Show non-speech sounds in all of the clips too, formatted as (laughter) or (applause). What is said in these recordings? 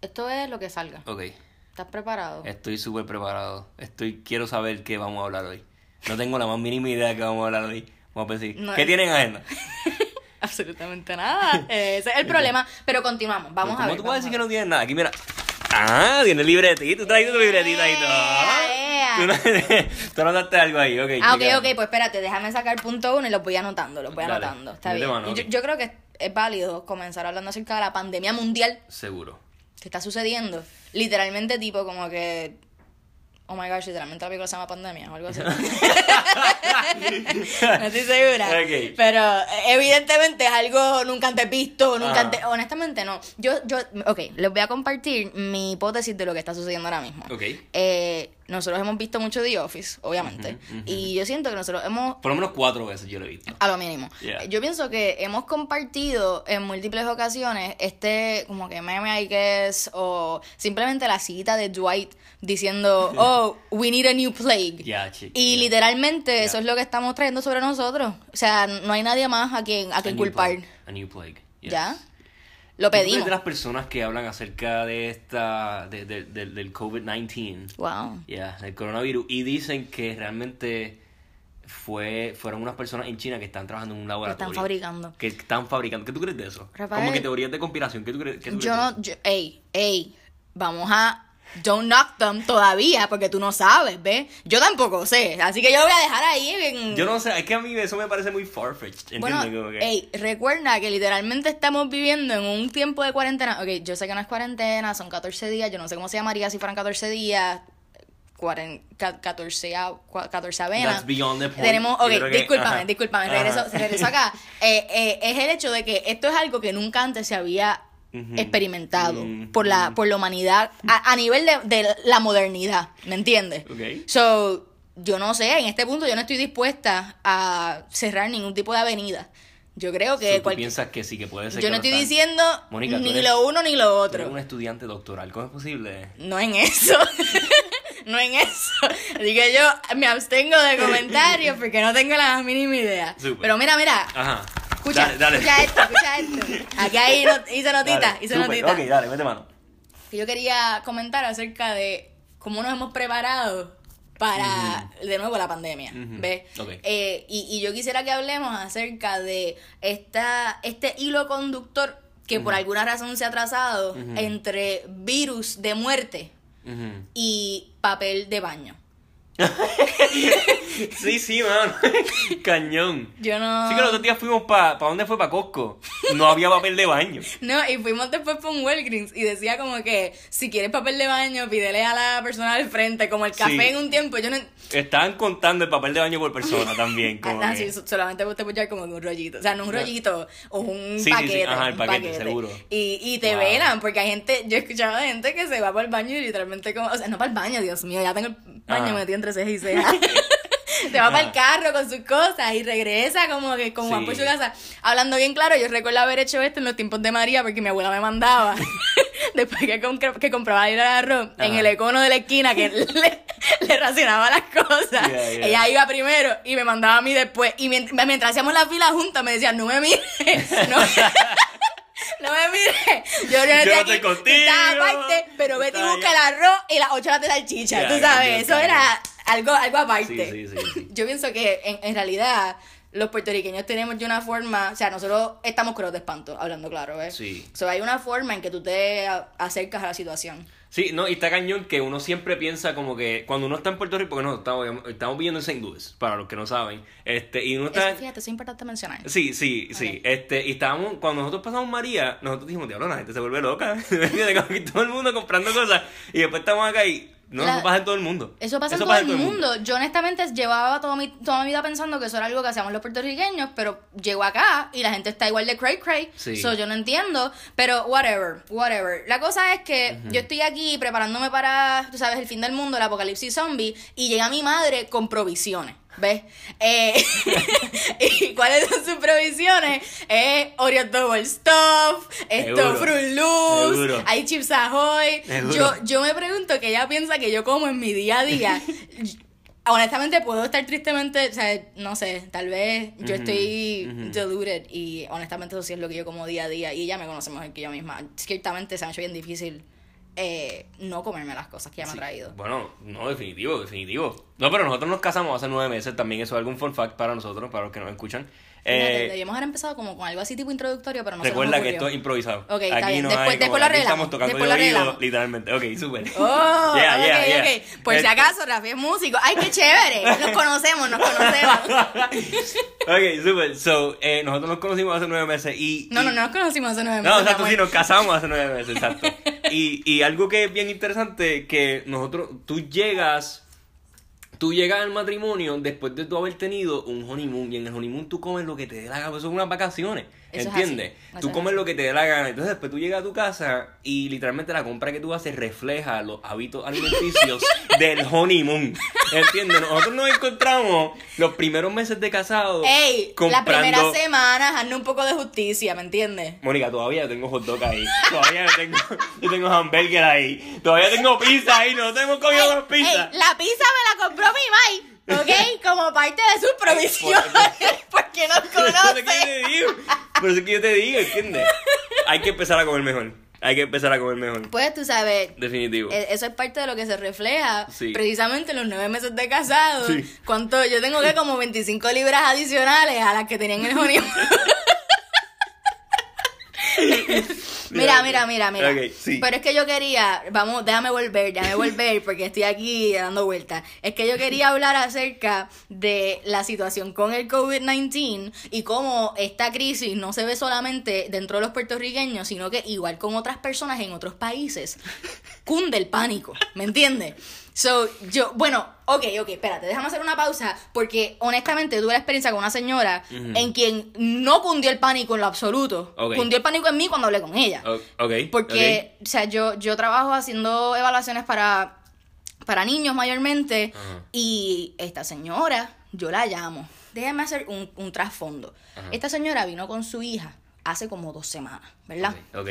Esto es lo que salga. Ok, ¿Estás preparado? estoy súper preparado. Estoy, quiero saber qué vamos a hablar hoy. No tengo la más mínima idea de qué vamos a hablar hoy. Vamos a decir, No. eh, ¿qué tienen agenda? (laughs) Absolutamente (laughs) nada. Eh, Ese es el problema. Pero continuamos. (laughs) Vamos ¿Cómo a ver. tú vas a decir que vamos no tienen nada? Aquí mira. Ah, tiene libretita. Tú trajiste tu libretita y todo. Ea, Tú, ea. no- (laughs) tú anotaste algo ahí, ok. Ah, ok, chica. ok, pues espérate, déjame sacar punto uno y los voy anotando, los voy Dale, anotando. Está mete bien. mano, ok. yo, yo creo que es- es válido comenzar hablando acerca de la pandemia mundial Seguro. que está sucediendo. Literalmente, tipo, como que. Oh my gosh, literalmente la película se llama Pandemia o algo (laughs) así. no estoy segura. Ok. Pero eh, evidentemente es algo nunca antes visto, nunca Ajá. antes. Honestamente, no. Yo, yo, ok, les voy a compartir mi hipótesis de lo que está sucediendo ahora mismo. Ok. Eh, nosotros hemos visto mucho The Office, obviamente. Y yo siento que nosotros hemos Por lo menos cuatro veces yo lo he visto. a lo mínimo. Yeah. Yo pienso que hemos compartido en múltiples ocasiones este como que meme, I guess, o simplemente la cita de Dwight (laughs) diciendo, oh, we need a new plague. Ya, chica. Y ya. literalmente eso Yeah. es lo que estamos trayendo sobre nosotros. O sea, no hay nadie más a quien, a A quien new culpar. plague, A new plague. yes. ¿Ya? Lo Yo creo que pedimos. Es de las personas que hablan acerca de esta, de- de- del- del COVID-19, Wow. ya, del coronavirus, y dicen que realmente fue, fueron unas personas en China que están trabajando en un Lo laboratorio. están fabricando. Que están fabricando. ¿Qué tú crees de eso? Rafael. Como que teorías de conspiración. ¿Qué tú crees? qué tú Yo crees de no, yo, ey, ey, vamos a don't knock them todavía porque tú no sabes, ¿ves? Yo tampoco sé, así que yo voy a dejar ahí en... eso? Yo no sé, es que a mí eso me parece muy far-fetched. Bueno, ¿entiendes? Como que- ey, recuerda que literalmente estamos viviendo en un tiempo de cuarentena. Ok, yo sé que no es cuarentena, son 14 días, yo no sé cómo se llamaría si fueran 14 días. 14 avena. That's beyond the point. Tenemos, Yo ok, creo que- discúlpame, ajá, discúlpame, ajá. regreso, (laughs) regreso acá. Eh, eh, es el hecho de que esto es algo que nunca antes se había Ujú. experimentado Mm, por la por la humanidad a, a nivel de, de la modernidad, ¿me entiendes? Ok. So, yo no sé, en este punto yo no estoy dispuesta a cerrar ningún tipo de avenida. Yo creo So, que ¿tú cualquier... piensas que sí que puede ser Yo que no lo estoy están- diciendo Mónica, tú ni eres- lo uno ni lo Tú eres otro. un estudiante doctoral, ¿cómo es posible? No en eso. (laughs) no en eso. Así que yo me abstengo de comentarios porque no tengo la más mínima idea. Súper. Pero mira, mira. Ajá. Escucha, dale, dale. escucha esto, escucha esto. Aquí ahí no- hice notita, Dale, hice súper, notita. Ok, dale, mete mano. Que yo quería comentar acerca de cómo nos hemos preparado para, de nuevo, la pandemia. Ujú. ¿Ves? Ok. Eh, y, y yo quisiera que hablemos acerca de esta, este hilo conductor que por alguna razón se ha trazado entre virus de muerte Ujú. y papel de baño. Sí, sí, mano. (laughs) Cañón. Yo no. Sí que los otros días fuimos para... ¿Para dónde fue? Para Costco. No había papel de baño. No, y fuimos después por un Walgreens y decía como que si quieres papel de baño, pídele a la persona del frente, como el café Sí. en un tiempo. Yo no. Estaban contando el papel de baño por persona también. Como Ah, que- sí, so- solamente te puedes llevar como un rollito. O sea, no un Ya. rollito, o un Sí, sí, sí, paquete. ajá, el un paquete, seguro. Y, y te Wow. velan, porque hay gente, yo he escuchado de gente que se va para el baño y literalmente como, o sea, no para el baño, Dios mío, ya tengo el baño Ajá. metido entre ceja y ceja. (laughs) Se va para el carro con sus cosas y regresa como que con Juan Ah. Sí. por su casa. Hablando bien claro, yo recuerdo haber hecho esto en los tiempos de María porque mi abuela me (laughs) mandaba. Después que, compra- que compraba el arroz en Ajá. el econo de la esquina que (laughs) le, le racionaba las cosas. Yeah, yeah. Ella iba primero y me mandaba a mí después. Y mient- mientras, hacíamos la fila juntas me decían, no me mires, (laughs) no, no me mires. Yo, no Yo estoy no aquí, estoy tú estás contigo. aparte, pero vete y Está busca el bien. arroz y las ocho latas de salchicha, Ya, tú sabes, cambió, eso era algo, algo Sí, aparte. sí, sí, sí. Yo pienso que en, en realidad los puertorriqueños tenemos de una forma, o sea, nosotros estamos curados de espanto, hablando claro, ¿ves? Sí. So, hay una forma en que tú te a- acercas a la situación. Sí, no, y está cañón que uno siempre piensa como que cuando uno está en Puerto Rico, porque no, estamos, estamos viviendo en St. Louis, para los que no saben, este, y uno está... Eso, fíjate, eso es importante mencionar. Sí, sí, sí. Este, y estábamos, cuando nosotros pasamos María, nosotros dijimos, diablo, la gente se vuelve loca. (laughs) Como que todo el mundo comprando cosas. Y después estamos acá y. No, La- eso pasa en todo el mundo. Eso pasa en todo, el mundo. Yo honestamente llevaba toda mi, toda mi vida pensando que eso era algo que hacíamos los puertorriqueños, pero llego acá y la gente está igual de cray cray. Sí. So yo no entiendo, pero whatever, whatever. La cosa es que yo estoy aquí preparándome para, tú sabes, el fin del mundo, el apocalipsis zombie, y llega mi madre con provisiones. ¿Ves? Eh, (laughs) ¿Y cuáles son sus provisiones? Eh, Oreo Double Stuff, esto, Seguro. Fruit Loops, Seguro. hay Chips Ahoy. Seguro. Yo, yo me pregunto que ella piensa que yo como en mi día a (laughs) día. Yo- Honestamente, puedo estar tristemente, o sea, no sé, tal vez yo estoy deluded y honestamente eso sí es lo que yo como día a día y ella me conoce mejor que yo misma. Ciertamente se me ha hecho bien difícil eh, no comerme las cosas que ya me ha traído. Bueno, no, definitivo, definitivo. No, pero nosotros nos casamos hace nueve meses también. Eso es algún fun fact para nosotros, para los que nos escuchan. Fíjate, Eh, debíamos haber empezado como con algo así tipo introductorio, pero no se nos recuerda que esto ocurrió. es improvisado. Ok, está bien. no Después- hay después como- lo aquí arreglamos, Estamos tocando después lo de oído, arreglamos. literalmente. Ok, súper. Oh, Yeah, ok, yeah, ok. yeah. Por si Eh, acaso, Rafi es músico. ¡Ay, qué chévere! Nos conocemos, nos conocemos. (laughs) (laughs) ok, súper. So, eh, nosotros nos conocimos hace nueve meses y... No, y- no, no nos conocimos hace nueve meses. No, exacto, mi sí, amor. nos casamos hace nueve meses, exacto. Y, y algo que es bien interesante, que nosotros, tú llegas, tú llegas al matrimonio después de tú haber tenido un honeymoon, y en el honeymoon tú comes lo que te dé la gana, eso son unas vacaciones, Eso es ¿entiendes? así, eso Tú es comes así. lo que te dé la gana, entonces después tú llegas a tu casa y literalmente la compra que tú haces refleja los (laughs) hábitos alimenticios del honeymoon, ¿entiendes? Nosotros nos encontramos los primeros meses de casado Ey, la primera comprando- semana, hazme un poco de justicia, ¿me entiendes? Mónica, todavía yo tengo hot dog ahí. Todavía yo tengo, yo tengo hamburger ahí. Todavía tengo pizza ahí. No tengo comido Ey, las pizzas. ey, la pizza me la compró mi (laughs) Mai, ¿ok? Como parte de sus provisiones, porque nos Pero eso es lo que conoce. yo te digo. Pero eso es que yo te digo, ¿entiendes? Hay que empezar a comer mejor. Hay que empezar a comer mejor. Pues tú sabes, Definitivo. e- eso es parte de lo que se refleja Sí. precisamente en los nueve meses de casado. Sí. Cuánto, yo tengo que como 25 libras adicionales a las que tenían en el (laughs) honeymoon. (laughs) Mira, mira, mira, mira. Ok, sí. Pero es que yo quería, vamos, déjame volver, déjame volver, porque estoy aquí dando vueltas. Es que yo quería hablar acerca de la situación con el COVID-19 y cómo esta crisis no se ve solamente dentro de los puertorriqueños, sino que igual con otras personas en otros países. Cunde el pánico, ¿me entiendes? So, yo, bueno, ok, ok, espérate, déjame hacer una pausa, porque honestamente tuve la experiencia con una señora Ujú. en quien no cundió el pánico en lo absoluto. Ok. Cundió el pánico en mí cuando hablé con ella. O- ok. Porque, o sea, yo, yo trabajo haciendo evaluaciones para, para niños mayormente. Ajá. Y esta señora, yo la llamo. Déjame hacer un, un trasfondo. Ajá. Esta señora vino con su hija hace como dos semanas, ¿verdad? ok. Ok.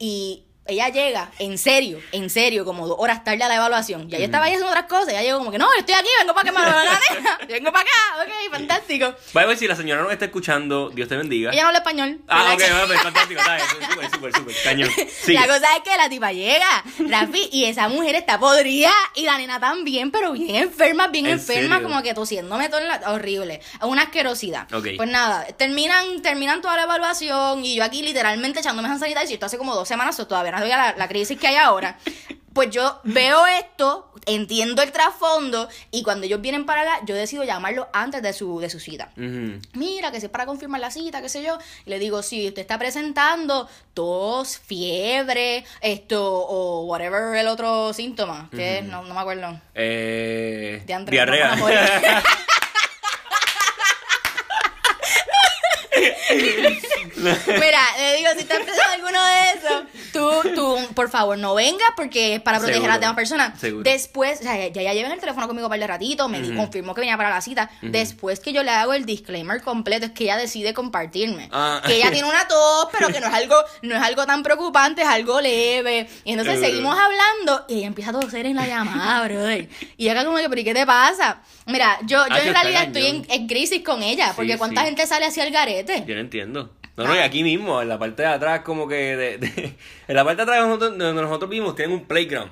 Y ella llega, en serio, en serio, como dos horas tarde a la evaluación. Y ella estaba ahí haciendo otras cosas. Ella llegó como que, no, yo estoy aquí, vengo para que me evalúen la nena. Vengo para acá, ok, fantástico. By the way, si la señora nos está escuchando, Dios te bendiga. Ella no habla español. ah, ok, relax. vale, fantástico. Dale, súper, súper, súper. (laughs) Cañón. Sigue. La cosa es que la tipa llega, Rafi, y esa mujer está podrida y la nena también, pero bien enferma, bien ¿En enferma, serio? como que tosiéndome todo en la... Horrible, una asquerosidad. Ok. Pues nada, terminan terminan toda la evaluación y yo aquí literalmente echándome hand sanitizer, esto hace como dos semanas, o todavía no sabía la, la crisis que hay ahora. Pues yo veo esto, entiendo el trasfondo y cuando ellos vienen para acá, yo decido llamarlos antes de su, de su cita Ujú. mira, que si es para confirmar la cita, qué sé yo. Y le digo, sí, usted está presentando tos, fiebre, esto, o whatever el otro síntoma, que es? no, no me acuerdo. Eh, De Andrés, diarrea. (laughs) vamos a morir. Mira, le digo, si está empezando alguno de esos, tú, tú, por favor, no vengas porque es para proteger a las Seguro. demás personas. Seguro. Después, o sea, ya, ya llevan el teléfono conmigo un par de ratito, me di- confirmó que venía para la cita. Después que yo le hago el disclaimer completo, es que ella decide compartirme. Ah. Que (laughs) ella tiene una tos, pero que no es algo, no es algo tan preocupante, es algo leve. Y entonces Seguro. seguimos hablando y ella empieza a toser en la (laughs) llamada, brother. Y acá como que, pero ¿y qué te pasa? Mira, yo, yo Ah, en está realidad estoy en, cañón. en crisis con ella, porque Sí, cuánta sí. gente sale así al garete. Yo no entiendo. No, Ah. no, y aquí mismo, en la parte de atrás, como que. de- de- (laughs) en la parte de atrás de nosotros, donde nosotros vimos, tienen un playground.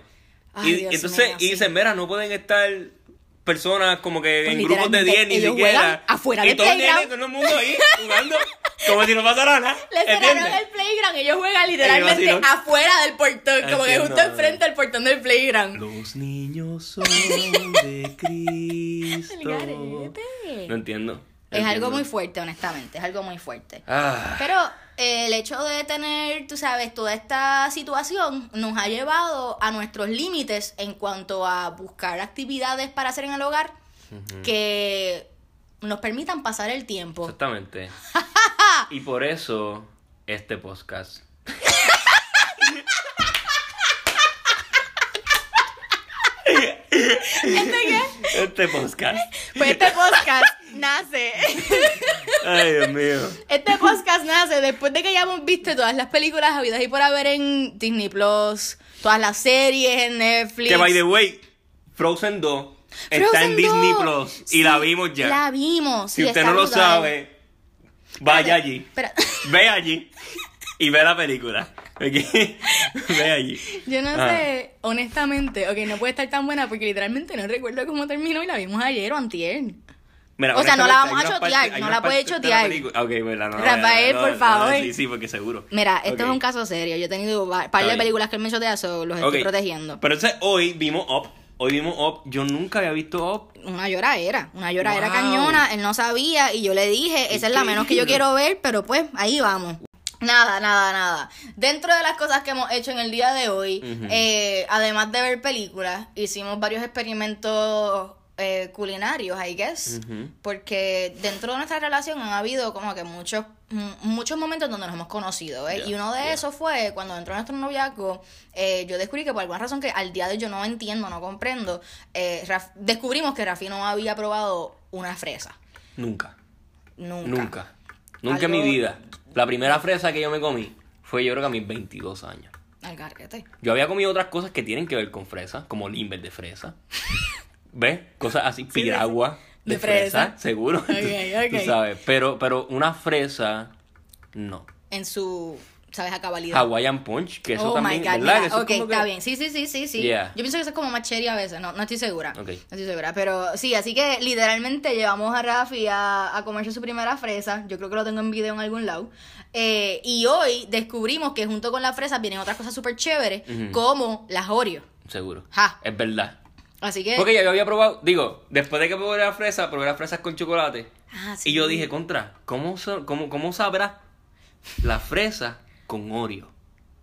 Ay, y Dios entonces, mío, y sí. dicen, mira, no pueden estar personas como que Pues en grupos de literalmente, 10 ni ellos juegan siquiera. afuera y del todo el playground. nene, todo el mundo ahí jugando, (laughs) como si no pasara nada. (laughs) Le cerraron ¿entiendes? el playground, ellos juegan literalmente vacilón. afuera del portón, como que Entiendo. justo enfrente del portón del playground. Los niños (laughs) son de El Cristo. garete. No entiendo. no Es algo entiendo. muy fuerte, honestamente, es algo muy fuerte. Ah. Pero eh, el hecho de tener, tú sabes, toda esta situación nos ha llevado a nuestros límites en cuanto a buscar actividades para hacer en el hogar que nos permitan pasar el tiempo. Exactamente. (laughs) y por eso este podcast. (laughs) ¿Este qué? Este podcast. Pues este podcast nace. (laughs) Ay, Dios mío. Este podcast nace después de que ya hemos visto todas las películas habidas y por haber en Disney Plus, todas las series en Netflix. Que by the way, Frozen 2 está en Frozen Disney 2. Plus y Sí, la vimos ya. La vimos. si sí, usted está no lo brutal. sabe, vaya allí, Espera. ve allí y ve la película. Aquí. (laughs) Ve allí. Yo no Ah. sé, honestamente, ok, no puede estar tan buena porque literalmente no recuerdo cómo terminó y la vimos ayer o antier. Mira, O sea, no la vamos honestamente, a hay chotear, unas partes- hay no unas la puede partes de la chotear. película- Ok, bueno, no, no, Rafael, no, por no, favor. Sí, sí, porque seguro. Mira, esto Ok. es un caso serio. Yo he tenido un par Está de bien. películas que él me chotea, so los Ok. estoy protegiendo. Pero entonces hoy vimos Up. Hoy vimos Up. Yo nunca había visto Up. Una lloradera, una lloradera Wow. cañona, él no sabía y yo le dije, esa es la menos que yo Increíble. quiero ver, pero pues ahí vamos. Nada, nada, nada. Dentro de las cosas que hemos hecho en el día de hoy, Ujú. eh, además de ver películas, hicimos varios experimentos eh, culinarios, I guess, Ujú. porque dentro de nuestra relación han habido como que muchos m- muchos momentos donde nos hemos conocido, ¿eh? Ya, y uno de ya. esos fue cuando entró nuestro noviazgo, eh, yo descubrí que por alguna razón que al día de hoy yo no entiendo, no comprendo, eh, Raf- descubrimos que Rafi no había probado una fresa, Nunca. nunca. Ah, Nunca. Nunca en mi Algo- vida. La primera fresa que yo me comí fue yo creo que a mis 22 años. Al garete. Yo había comido otras cosas que tienen que ver con fresa, como limbes (laughs) de fresa. ¿Ves? Cosas así, sí. piragua de, De fresa, fresa. seguro. Ok, Tú- ok. (laughs) Tú sabes, pero pero una fresa no. En su, ¿sabes? A cabalidad. Hawaiian punch, que eso oh también, my God, ¿verdad? mira, Eso es ok, como que- está bien. Sí, sí, sí, sí, sí. Yeah. Yo pienso que eso es como más cherry a veces, no, no estoy segura. Ok. No estoy segura, pero sí, así que literalmente llevamos a Rafi a, a comerse su primera fresa. Yo creo que lo tengo en video en algún lado. Eh, y hoy descubrimos que junto con la fresa vienen otras cosas súper chéveres, Ujú. como las Oreo. Seguro. Ja. Es verdad. Así que... Porque ya yo había probado, digo, después de que probé la fresa, probé las fresas con chocolate. Ah, Y yo dije, contra, ¿cómo, sa- cómo, cómo sabrá la fresa con Oreo?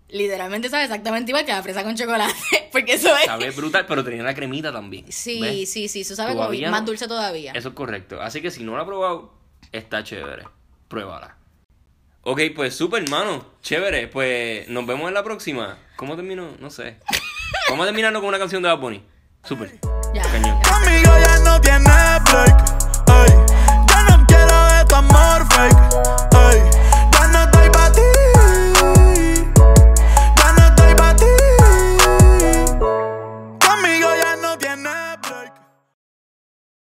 Literalmente sabe exactamente igual que la fresa con chocolate, (laughs) porque eso es... Sabe brutal, pero tenía la cremita también. Sí, ¿Ves? sí, sí, eso sabe como Todavía más no- dulce todavía. Eso es correcto. Así que si no la has probado, está chévere. Pruébala. Ok, pues súper, hermano. Chévere. Pues nos vemos en la próxima. (laughs) ¿Cómo termino? No sé. Vamos a terminarlo con una canción de Bad Bunny. Súper. Ya. Cañón. Amigo,